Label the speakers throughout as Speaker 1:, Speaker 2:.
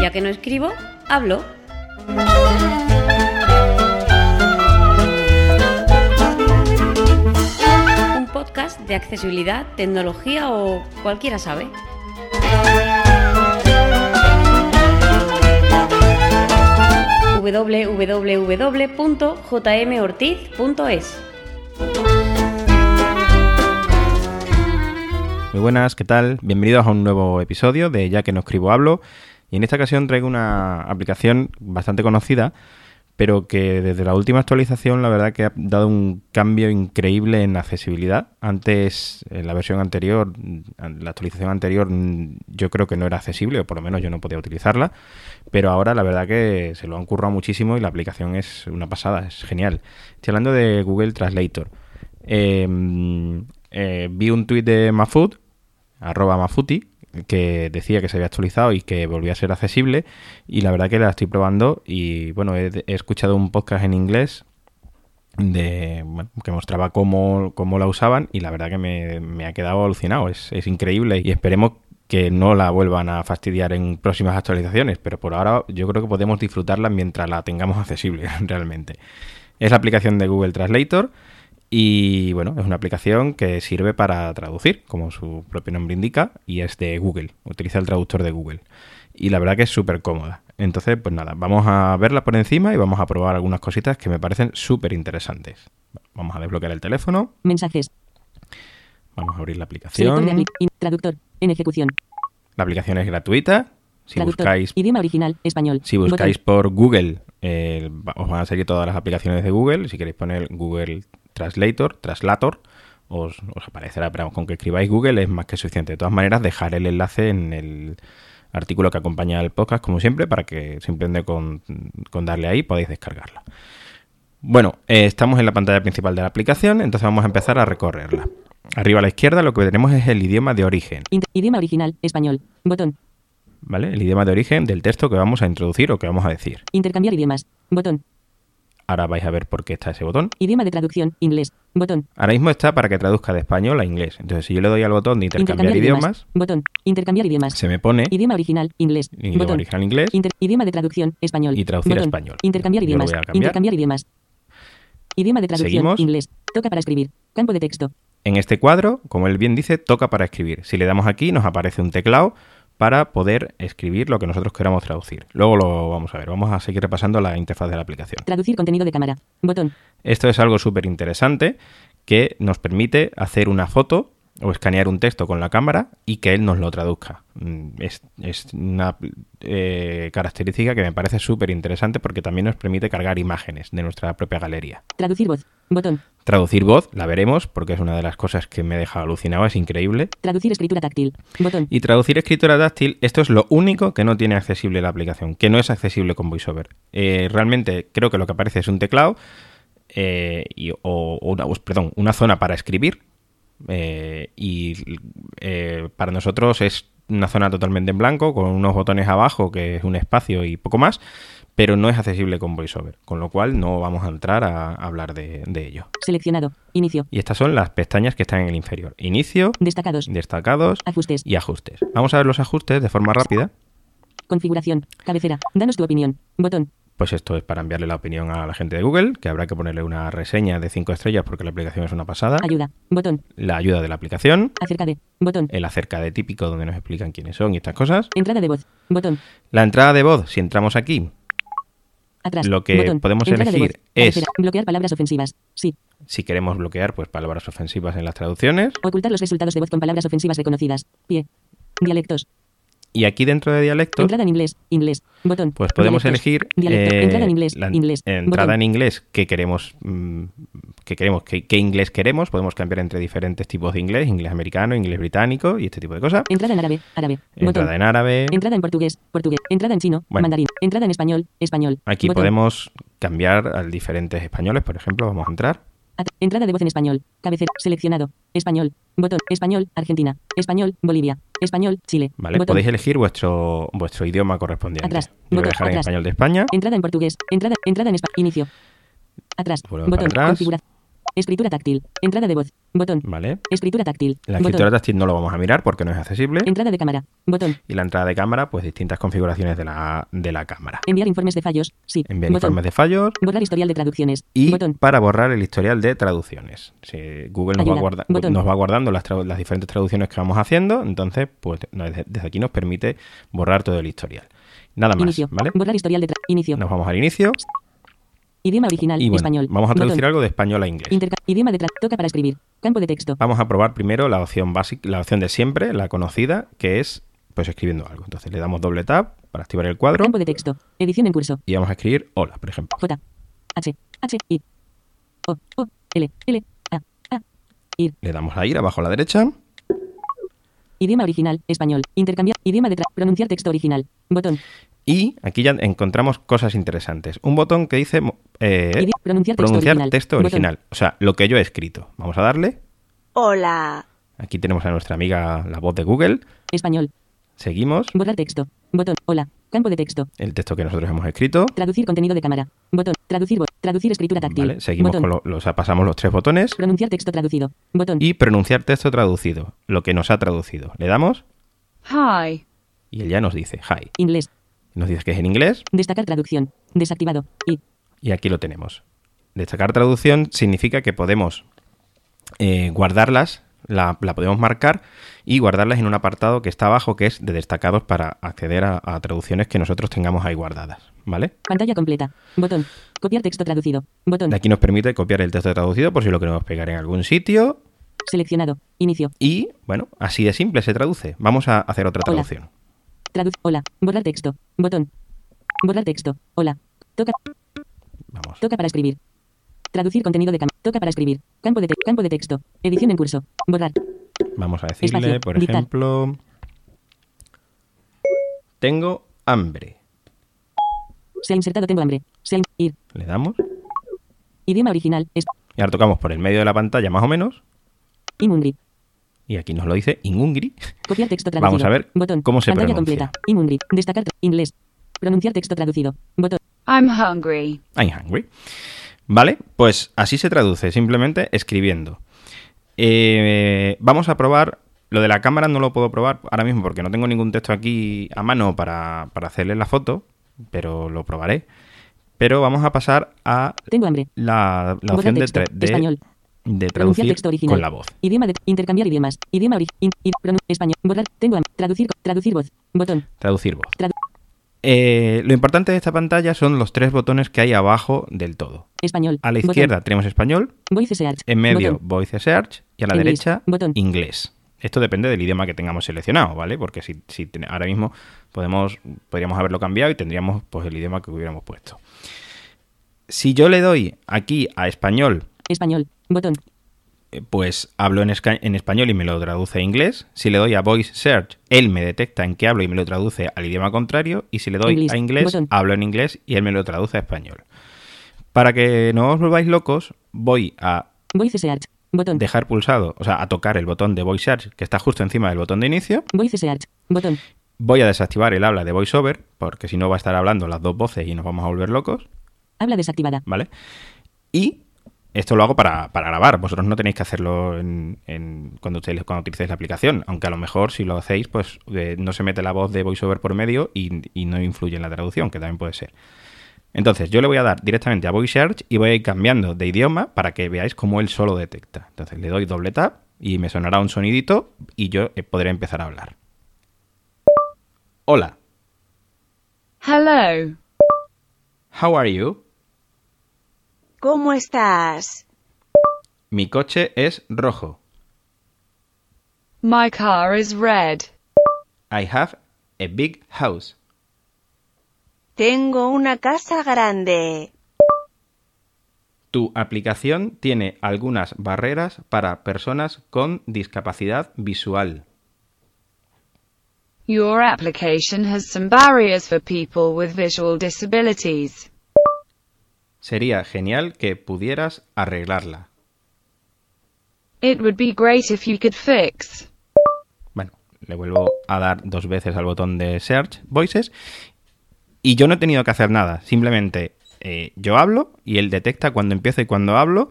Speaker 1: ya que no escribo, hablo. Un podcast de accesibilidad, tecnología o cualquiera sabe. www.jmortiz.es
Speaker 2: Muy buenas, ¿qué tal? Bienvenidos a un nuevo episodio de Ya que no escribo hablo. Y en esta ocasión traigo una aplicación bastante conocida, pero que desde la última actualización la verdad que ha dado un cambio increíble en accesibilidad. Antes, en la versión anterior, en la actualización anterior yo creo que no era accesible, o por lo menos yo no podía utilizarla, pero ahora la verdad que se lo han currado muchísimo y la aplicación es una pasada, es genial. Estoy hablando de Google Translator. Eh, eh, vi un tuit de Mafut, arroba Mafuti, que decía que se había actualizado y que volvía a ser accesible. Y la verdad que la estoy probando. Y bueno, he, he escuchado un podcast en inglés de, bueno, que mostraba cómo, cómo, la usaban. Y la verdad que me, me ha quedado alucinado. Es, es, increíble. Y esperemos que no la vuelvan a fastidiar en próximas actualizaciones. Pero por ahora yo creo que podemos disfrutarla mientras la tengamos accesible realmente. Es la aplicación de Google Translator. Y bueno, es una aplicación que sirve para traducir, como su propio nombre indica, y es de Google, utiliza el traductor de Google. Y la verdad que es súper cómoda. Entonces, pues nada, vamos a verla por encima y vamos a probar algunas cositas que me parecen súper interesantes. Vamos a desbloquear el teléfono.
Speaker 3: Mensajes.
Speaker 2: Vamos a abrir la aplicación.
Speaker 3: De traductor en ejecución.
Speaker 2: La aplicación es gratuita. Si traductor, buscáis.
Speaker 3: Idioma original, español.
Speaker 2: Si buscáis por Google, eh, os van a salir todas las aplicaciones de Google. Si queréis poner Google Translator, Translator, os, os, aparecerá, pero con que escribáis Google es más que suficiente. De todas maneras, dejaré el enlace en el artículo que acompaña el podcast, como siempre, para que simplemente con, con darle ahí podáis descargarla. Bueno, eh, estamos en la pantalla principal de la aplicación, entonces vamos a empezar a recorrerla. Arriba a la izquierda lo que tenemos es el idioma de origen.
Speaker 3: Idioma original, español, botón.
Speaker 2: ¿Vale? El idioma de origen del texto que vamos a introducir o que vamos a decir.
Speaker 3: Intercambiar idiomas, botón.
Speaker 2: Ahora vais a ver por qué está ese botón.
Speaker 3: Idioma de traducción, inglés, botón.
Speaker 2: Ahora mismo está para que traduzca de español a inglés. Entonces, si yo le doy al botón de intercambiar, intercambiar idiomas, idiomas,
Speaker 3: botón, intercambiar idiomas,
Speaker 2: se me pone
Speaker 3: idioma original, inglés,
Speaker 2: idioma
Speaker 3: botón,
Speaker 2: original inglés,
Speaker 3: inter, idioma de traducción, español,
Speaker 2: y traducir botón, a español.
Speaker 3: Intercambiar idiomas, intercambiar idiomas, idioma de traducción,
Speaker 2: Seguimos.
Speaker 3: inglés, toca para escribir, campo de texto.
Speaker 2: En este cuadro, como él bien dice, toca para escribir. Si le damos aquí, nos aparece un teclado para poder escribir lo que nosotros queramos traducir. Luego lo vamos a ver, vamos a seguir repasando la interfaz de la aplicación.
Speaker 3: Traducir contenido de cámara, botón.
Speaker 2: Esto es algo súper interesante que nos permite hacer una foto o escanear un texto con la cámara y que él nos lo traduzca. Mm, Es, es una eh, característica que me parece súper interesante porque también nos permite cargar imágenes de nuestra propia galería.
Speaker 3: Traducir voz, botón.
Speaker 2: Traducir voz, la veremos porque es una de las cosas que me deja alucinado, es increíble.
Speaker 3: Traducir escritura táctil, botón.
Speaker 2: Y traducir escritura táctil, esto es lo único que no tiene accesible la aplicación, que no es accesible con VoiceOver. Eh, realmente creo que lo que aparece es un teclado eh, y, o, o una, pues, perdón, una zona para escribir eh, y eh, para nosotros es una zona totalmente en blanco con unos botones abajo que es un espacio y poco más pero no es accesible con VoiceOver, con lo cual no vamos a entrar a hablar de, de, ello.
Speaker 3: Seleccionado, inicio.
Speaker 2: Y estas son las pestañas que están en el inferior. Inicio,
Speaker 3: destacados,
Speaker 2: destacados,
Speaker 3: ajustes
Speaker 2: y ajustes. Vamos a ver los ajustes de forma rápida.
Speaker 3: Configuración, cabecera, danos tu opinión, botón.
Speaker 2: Pues esto es para enviarle la opinión a la gente de Google, que habrá que ponerle una reseña de 5 estrellas porque la aplicación es una pasada.
Speaker 3: Ayuda, botón.
Speaker 2: La ayuda de la aplicación.
Speaker 3: Acerca de, botón.
Speaker 2: El acerca de típico donde nos explican quiénes son y estas cosas.
Speaker 3: Entrada de voz, botón.
Speaker 2: La entrada de voz, si entramos aquí,
Speaker 3: Atrás.
Speaker 2: Lo que
Speaker 3: botón.
Speaker 2: podemos
Speaker 3: Entrada
Speaker 2: elegir
Speaker 3: voz,
Speaker 2: es
Speaker 3: cabecera, bloquear palabras ofensivas. Sí.
Speaker 2: Si queremos bloquear, pues palabras ofensivas en las traducciones.
Speaker 3: Ocultar los resultados de voz con palabras ofensivas reconocidas. Pie. Dialectos.
Speaker 2: Y aquí dentro de dialectos.
Speaker 3: Entrada en inglés. Inglés. Botón.
Speaker 2: Pues podemos elegir
Speaker 3: eh, entrada en inglés.
Speaker 2: La
Speaker 3: inglés.
Speaker 2: entrada
Speaker 3: botón.
Speaker 2: en inglés que queremos, mmm, que queremos, que, que, inglés queremos. Podemos cambiar entre diferentes tipos de inglés, inglés americano, inglés británico y este tipo de cosas.
Speaker 3: Entrada en árabe, árabe.
Speaker 2: Botón. Entrada en árabe.
Speaker 3: Entrada en portugués, portugués. Entrada en chino,
Speaker 2: Bueno.
Speaker 3: mandarín. Entrada en español, español.
Speaker 2: Aquí
Speaker 3: Botón.
Speaker 2: podemos cambiar a diferentes españoles, por ejemplo, vamos a entrar.
Speaker 3: At- Entrada de voz en español. Cabecera. Seleccionado. Español. Botón. Español. Argentina. Español. Bolivia. Español. Chile.
Speaker 2: Vale,
Speaker 3: Botón.
Speaker 2: podéis elegir vuestro, vuestro idioma correspondiente.
Speaker 3: Atrás.
Speaker 2: Yo voy a
Speaker 3: Botón.
Speaker 2: dejar en
Speaker 3: Atrás.
Speaker 2: español de España.
Speaker 3: Entrada en portugués. Entrada, entrada en español. Inicio. Atrás.
Speaker 2: Volvemos
Speaker 3: Botón.
Speaker 2: para atrás.
Speaker 3: Configuración. Escritura táctil. Entrada de voz. Botón.
Speaker 2: ¿Vale?
Speaker 3: Escritura táctil.
Speaker 2: La
Speaker 3: botón.
Speaker 2: escritura táctil no lo vamos a mirar porque no es accesible.
Speaker 3: Entrada de cámara. Botón.
Speaker 2: Y la entrada de cámara, pues distintas configuraciones de la, de la cámara.
Speaker 3: Enviar informes de fallos. Sí.
Speaker 2: Enviar
Speaker 3: botón.
Speaker 2: informes de fallos
Speaker 3: Borrar historial de traducciones.
Speaker 2: y
Speaker 3: Botón.
Speaker 2: para borrar el historial de traducciones. Si Google nos va,
Speaker 3: Ayuda.
Speaker 2: guarda-
Speaker 3: Botón.
Speaker 2: nos va guardando las, tradu- las diferentes traducciones que vamos haciendo, entonces pues no, desde, desde aquí nos permite borrar todo el historial. Nada más,
Speaker 3: Inicio.
Speaker 2: ¿vale?
Speaker 3: Borrar historial de tra- Inicio.
Speaker 2: Nos vamos al inicio
Speaker 3: Idioma original.
Speaker 2: y bueno,
Speaker 3: español.
Speaker 2: vamos a
Speaker 3: Botón.
Speaker 2: traducir algo de español a inglés.
Speaker 3: Interca- Idioma de tra- Toca para escribir. Campo de texto.
Speaker 2: Vamos a probar primero la opción básica, la opción de siempre, la conocida, que es pues escribiendo algo. Entonces le damos doble tap para activar el cuadro
Speaker 3: Campo de texto. Edición en curso.
Speaker 2: y vamos a escribir hola, por ejemplo.
Speaker 3: J. H. H. I. O. O. L. L. A. A. Ir.
Speaker 2: Le damos a ir abajo a la derecha.
Speaker 3: Idioma original. Español. Intercambiar. Idioma de tra- Pronunciar texto original. Botón.
Speaker 2: Y aquí ya encontramos cosas interesantes. Un botón que dice mo- eh,
Speaker 3: Idi- pronunciar texto
Speaker 2: pronunciar
Speaker 3: original.
Speaker 2: texto
Speaker 3: Botón.
Speaker 2: original. O sea, lo que yo he escrito. Vamos a darle.
Speaker 4: Hola.
Speaker 2: Aquí tenemos a nuestra amiga la voz de Google.
Speaker 3: Español.
Speaker 2: Seguimos
Speaker 3: Borrar texto. Botón. Hola. Campo de texto.
Speaker 2: el texto que nosotros hemos escrito.
Speaker 3: Traducir contenido de cámara. Botón. Traducir voz. Traducir escritura táctil.
Speaker 2: ¿vale? Seguimos
Speaker 3: Botón.
Speaker 2: con lo- lo- o sea, pasamos los tres botones.
Speaker 3: Pronunciar texto traducido. Botón.
Speaker 2: Y pronunciar texto traducido. Lo que nos ha traducido. Le damos
Speaker 5: Hi.
Speaker 2: y él ya nos dice hi.
Speaker 3: Inglés.
Speaker 2: Nos dice que es en inglés
Speaker 3: Destacar traducción. Desactivado. Y.
Speaker 2: y aquí lo tenemos. Destacar traducción significa que podemos eh, guardarlas, la, la podemos marcar y guardarlas en un apartado que está abajo que es de destacados para acceder a, a traducciones que nosotros tengamos ahí guardadas, ¿vale?
Speaker 3: Pantalla completa. Botón. Copiar texto traducido. Botón.
Speaker 2: De aquí nos permite copiar el texto traducido por si lo queremos pegar en algún sitio
Speaker 3: Seleccionado. Inicio.
Speaker 2: y, bueno, así de simple se traduce. Vamos a hacer otra
Speaker 3: Hola.
Speaker 2: traducción.
Speaker 3: Traduc. Hola. Borrar texto. Botón. Borrar texto. Hola. Toca.
Speaker 2: Vamos.
Speaker 3: Toca para escribir. Traducir contenido de cámara. Toca para escribir. Campo de, te- campo de texto. Edición en curso. Borrar.
Speaker 2: Vamos a decirle,
Speaker 3: Espacio,
Speaker 2: por
Speaker 3: dictar.
Speaker 2: ejemplo, tengo hambre.
Speaker 3: Se ha insertado tengo hambre. Se ha in- ir.
Speaker 2: Le damos
Speaker 3: Idioma original. Es.
Speaker 2: y ahora tocamos por el medio de la pantalla más o menos
Speaker 3: Imungri.
Speaker 2: Y aquí nos lo dice Ingungri.
Speaker 3: Copiar texto traducido.
Speaker 2: Vamos a ver
Speaker 3: Botón.
Speaker 2: cómo se
Speaker 3: Pantalla
Speaker 2: pronuncia.
Speaker 3: completa. Imungri. Destacar. tra- Inglés. Pronunciar texto traducido. Botón.
Speaker 5: I'm hungry.
Speaker 2: I'm hungry. Vale, pues así se traduce, simplemente escribiendo. Eh, vamos a probar. Lo de la cámara no lo puedo probar ahora mismo porque no tengo ningún texto aquí a mano para, para hacerle la foto, pero lo probaré. Pero vamos a pasar a
Speaker 3: Tengo hambre.
Speaker 2: la, la
Speaker 3: Borrar
Speaker 2: opción de,
Speaker 3: texto.
Speaker 2: tra- de-
Speaker 3: Español.
Speaker 2: de
Speaker 3: Pronunciar
Speaker 2: traducir
Speaker 3: texto original.
Speaker 2: con la voz.
Speaker 3: Idioma de intercambiar idiomas. Idioma original. español. Borrar. Tengo hambre. Traducir. co- Traducir voz. Botón.
Speaker 2: Traducir voz.
Speaker 3: Tradu-
Speaker 2: Eh, lo importante de esta pantalla son los tres botones que hay abajo del todo.
Speaker 3: Español.
Speaker 2: A la
Speaker 3: Botón.
Speaker 2: izquierda tenemos español,
Speaker 3: Voice search.
Speaker 2: En medio,
Speaker 3: Botón.
Speaker 2: voice search y a la
Speaker 3: Inglés.
Speaker 2: derecha,
Speaker 3: Botón.
Speaker 2: inglés. Esto depende del idioma que tengamos seleccionado, ¿vale? Porque si, si ten- ahora mismo podemos, podríamos haberlo cambiado y tendríamos pues, el idioma que hubiéramos puesto. Si yo le doy aquí a español,
Speaker 3: Español. Botón.
Speaker 2: eh, pues hablo en, esca- en español y me lo traduce a inglés. Si le doy a voice search, él me detecta en qué hablo y me lo traduce al idioma contrario. Y si le doy
Speaker 3: Inglés.
Speaker 2: a inglés,
Speaker 3: Botón.
Speaker 2: hablo en inglés y él me lo traduce a español. Para que no os volváis locos, voy a
Speaker 3: Voice search. Botón.
Speaker 2: dejar pulsado, o sea, a tocar el botón de Voice Search que está justo encima del botón de inicio.
Speaker 3: Voice search. Botón.
Speaker 2: Voy a desactivar el habla de VoiceOver, porque si no va a estar hablando las dos voces y nos vamos a volver locos,
Speaker 3: Habla desactivada.
Speaker 2: ¿vale? Y esto lo hago para, para grabar. Vosotros no tenéis que hacerlo en, en- cuando, ustedes, cuando utilicéis la aplicación, aunque a lo mejor si lo hacéis, pues eh, no se mete la voz de VoiceOver por medio y, y no influye en la traducción, que también puede ser. Entonces, yo le voy a dar directamente a Voice Search y voy a ir cambiando de idioma para que veáis cómo él solo detecta. Entonces, le doy doble tap y me sonará un sonidito y yo eh, podré empezar a hablar. Hola,
Speaker 5: Hello.
Speaker 2: how are you?
Speaker 4: ¿Cómo estás?
Speaker 2: Mi coche es rojo.
Speaker 5: My car is red.
Speaker 2: I have a big house.
Speaker 4: Tengo una casa grande.
Speaker 2: Tu aplicación tiene algunas barreras para personas con discapacidad visual.
Speaker 5: Your application has some barriers for people with visual disabilities.
Speaker 2: Sería genial que pudieras arreglarla.
Speaker 5: It would be great if you could fix.
Speaker 2: Bueno, le vuelvo a dar dos veces al botón de Search Voices y yo no he tenido que hacer nada. Simplemente eh, yo hablo y él detecta cuando empiezo y cuando hablo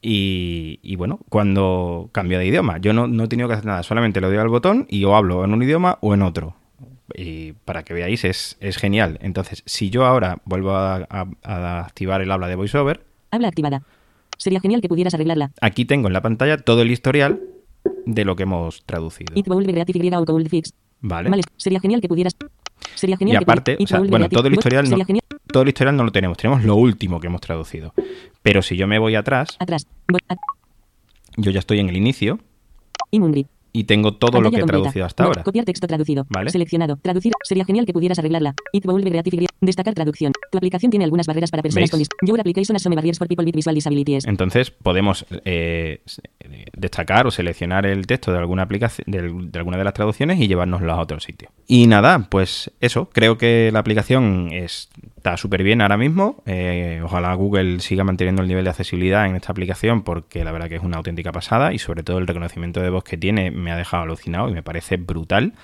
Speaker 2: Y, y bueno, cuando cambio de idioma, yo no, no he tenido que hacer nada, solamente le doy al botón y o hablo en un idioma o en otro. Y para que veáis, es, es genial. Entonces, si yo ahora vuelvo a, a- a activar el habla de VoiceOver,
Speaker 3: Habla activada. Sería genial que pudieras arreglarla.
Speaker 2: aquí tengo en la pantalla todo el historial de lo que hemos traducido.
Speaker 3: It will be creative y or could fix.
Speaker 2: ¿Vale?
Speaker 3: Males. Sería genial que pudieras. Sería
Speaker 2: Y
Speaker 3: genial
Speaker 2: aparte,
Speaker 3: que pudi-
Speaker 2: o sea,
Speaker 3: It will be
Speaker 2: bueno,
Speaker 3: creative
Speaker 2: todo el
Speaker 3: bot.
Speaker 2: historial no,
Speaker 3: Sería genial.
Speaker 2: todo el historial no lo tenemos, tenemos lo último que hemos traducido. Pero si yo me voy atrás,
Speaker 3: Atrás. Bot. At-
Speaker 2: yo ya estoy en el inicio
Speaker 3: Inmungrid.
Speaker 2: y tengo todo lo
Speaker 3: Pantalla
Speaker 2: que he
Speaker 3: completa.
Speaker 2: traducido hasta
Speaker 3: Bot.
Speaker 2: ahora.
Speaker 3: Copiar texto traducido.
Speaker 2: Vale.
Speaker 3: Seleccionado. Traducir. Sería genial que pudieras arreglarla. It will be creative y Destacar traducción. Tu aplicación tiene algunas barreras para
Speaker 2: ¿Veis?
Speaker 3: personas con dis- Your application has some barriers for people with visual disabilities.
Speaker 2: Entonces podemos eh, s- eh, destacar o seleccionar el texto de alguna aplicación del- de, alguna de las traducciones y llevárnoslo a otro sitio. Y nada, pues eso, creo que la aplicación es- está súper bien ahora mismo. Eh, ojalá Google siga manteniendo el nivel de accesibilidad en esta aplicación porque la verdad que es una auténtica pasada y sobre todo el reconocimiento de voz que tiene me ha dejado alucinado y me parece brutal.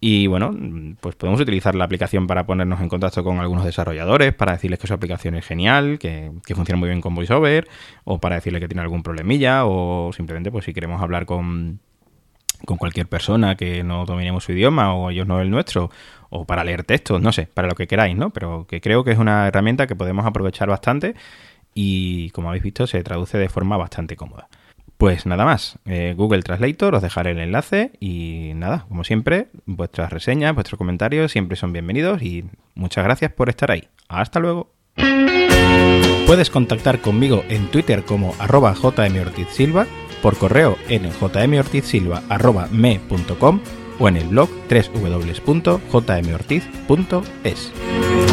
Speaker 2: Y bueno, mm, pues podemos utilizar la aplicación para ponernos en contacto con algunos desarrolladores, para decirles que su aplicación es genial, que, que funciona muy bien con VoiceOver, o para decirle que tiene algún problemilla, o simplemente pues si queremos hablar con, con cualquier persona que no dominemos su idioma o ellos no el nuestro, o para leer textos, no sé, para lo que queráis, ¿no? Pero que creo que es una herramienta que podemos aprovechar bastante y como habéis visto se traduce de forma bastante cómoda. Pues nada más, eh, Google Translator, os dejaré el enlace y nada, como siempre, vuestras reseñas, vuestros comentarios siempre son bienvenidos y muchas gracias por estar ahí. Hasta luego. Puedes contactar conmigo en Twitter como arroba jmortizsilva, por correo en jmortizsilva.me.com o en el blog www.jmortiz.es.